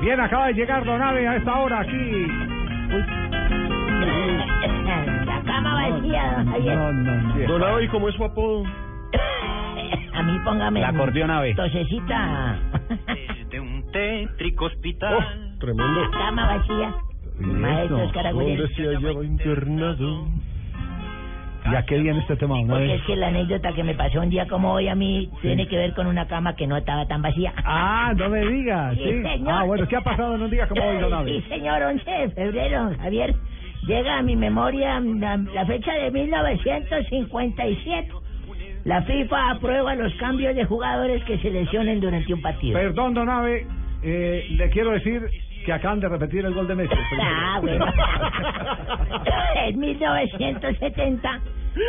Bien, acaba de llegar Don Ave a esta hora aquí. La cama vacía, don Javier. No, no, sí. Don Ave, ¿y cómo es su apodo? A mí póngame. La acordeón ave. Tosecita. de un tétrico Oh, hospital. tremendo. La cama vacía. Maestro Oscar Agüero. ¿Dónde se hallaba internado? Ya qué bien este tema, don Porque Ave. es que la anécdota que me pasó un día como hoy a mí tiene que ver con una cama que no estaba tan vacía. Ah, no me digas. Sí, Sí. señor. Ah, bueno, ¿qué ha pasado en un día como hoy, Don Sí, Ave? señor, 11 de febrero, don Javier. Llega a mi memoria la, la fecha de 1957. La FIFA aprueba los cambios de jugadores que se lesionen durante un partido. Perdón, Don Ave, eh, le quiero decir que acaban de repetir el gol de Messi. el primero. Ah, bueno. en 1970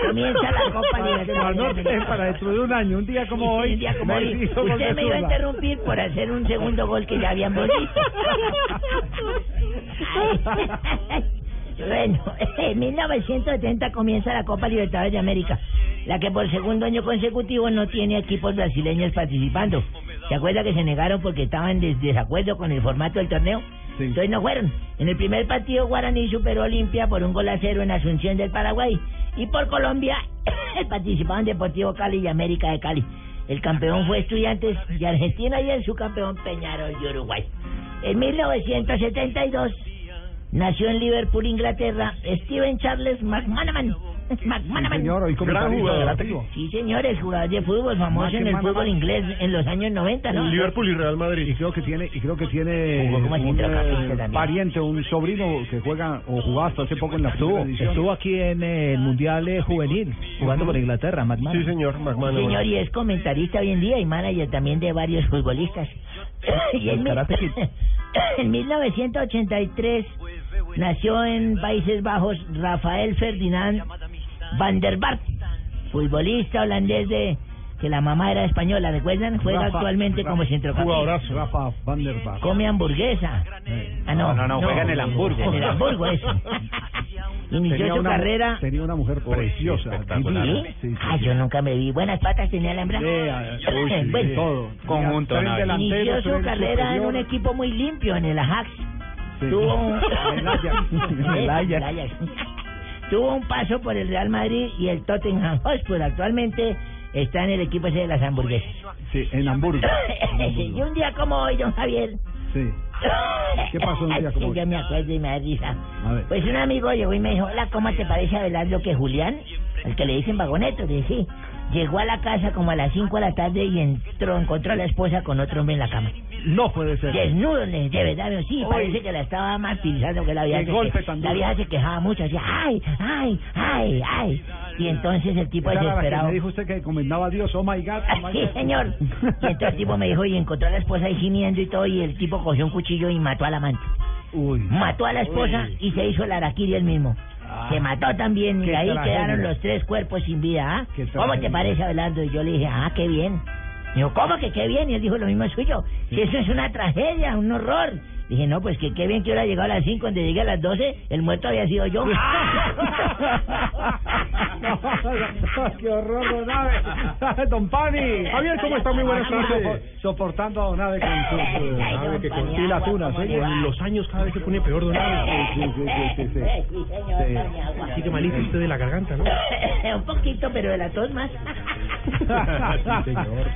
comienza la Copa Para que lo anoten para Libertadores. dentro de un año, un día como hoy. Un día como hoy, Messi hizo gol de usted me iba a zurda. interrumpir por hacer un segundo gol que ya habían visto. Ay. Bueno, en 1970 comienza la Copa Libertadores de América, la que por segundo año consecutivo no tiene equipos brasileños participando. ¿Se acuerda que se negaron porque estaban en des- desacuerdo con el formato del torneo? Sí. Entonces no fueron. En el primer partido Guaraní superó a Olimpia por un gol a cero en Asunción del Paraguay. Y por Colombia participaban Deportivo Cali y América de Cali. El campeón fue Estudiantes y Argentina y el subcampeón Peñarol de Uruguay. En 1972 nació en Liverpool, Inglaterra, Steven Charles McManaman. Sí, McManaman. señor, hoy Gran comentarista jugador. deportivo. Sí, señores, jugador de fútbol famoso en el McManaman. fútbol inglés en los años 90, ¿no? Liverpool y Real Y Madrid. creo que tiene, y creo que tiene Jugó como un centrocampista eh, este también. pariente, un sobrino que juega o jugaba hasta hace poco en la primera división. Estuvo aquí en eh, el Mundial eh, Juvenil, jugando por Inglaterra, McMahon. Sí, señor, McManaman. Señor, y es comentarista hoy en día y manager también de varios futbolistas. Y en, El mil- Karate Kid. en 1983 pues nació en Países Bajos Rafael Ferdinand van der Vaart, futbolista holandés de que la mamá era española, ¿recuerdan? Juega Rafa, actualmente como centrocampista. Jugadorazo. Rafa Van der Vaart. Come hamburguesa. Ah, no, No, no, no, juega en el Hamburgo. En el Hamburgo, eso. Inició su una, carrera tenía una mujer preciosa, espectacular. divina. ¿Sí? Sí, sí, ah, sí. yo nunca me vi. Buenas patas tenía la hembra. eh? Sí, ah, uy, sí, Bueno, pues, sí, todo. Conjunto, Tres ¿no? delanteros, inició su tres carrera en superior. un equipo muy limpio, en el Ajax. Sí. Tuvo un... En el Ajax. En el Ajax. Tuvo un paso por el Real Madrid y el Tottenham Hotspur. Actualmente está en el equipo ese de las hamburguesas. Sí, en Hamburgo. En y Hamburgo. un día como hoy, don Javier, Sí. ¿Qué pasó un día como Sí, hoy? Ya me acuerdo y me da risa. A ver. Pues un amigo llegó y me dijo, hola, ¿cómo te parece Abelardo que Julián, el que le dicen vagoneto? Le dije, sí. Llegó a la casa como a las 5 de la tarde y entró, encontró a la esposa con otro hombre en la cama. No puede ser. Desnudo, le dije, de verdad, pero sí, parece que la estaba martirizando que la vieja. Qué se golpe que- tan la duro. vieja se quejaba mucho, decía, ay, ay, ay, ay. Y entonces el tipo Esa era la que desesperado. me dijo usted que encomendaba a Dios, oh my God. oh my Sí, God. señor. Y entonces el tipo me dijo, y encontró a la esposa ahí gimiendo y todo, y el tipo cogió un cuchillo y mató al amante. Uy. Mató a la esposa y se hizo el araquiri él mismo. Se mató también Ah. y qué ahí tragedia. quedaron los tres cuerpos sin vida. ¿ah? Qué ¿Cómo te tragedia. parece, Abelardo? Y yo le dije, ah, qué bien. Dijo, ¿cómo que qué bien? Y él dijo, lo mismo es suyo. Si eso es una tragedia, un horror. Dije, no, pues que qué bien que hubiera llegado a las 5, cuando llegué a las 12, el muerto había sido yo. ¡ah! ¡Qué horror, Don Ave! Don Pani. Javier, ¿cómo está? Muy buenas tardes. Soportando a Don Ave con sus... eh, Ay, Ave, don que con- Pani, y las agua, unas, ¿cómo ¿eh? le va? Con los años cada vez se pone peor, don Ave. Sí, sí, sí, sí, sí. Sí, señor, Sí. Pani, agua. Sigue malito usted de la garganta, ¿no? Un poquito, pero de la tos más. Sí, señor.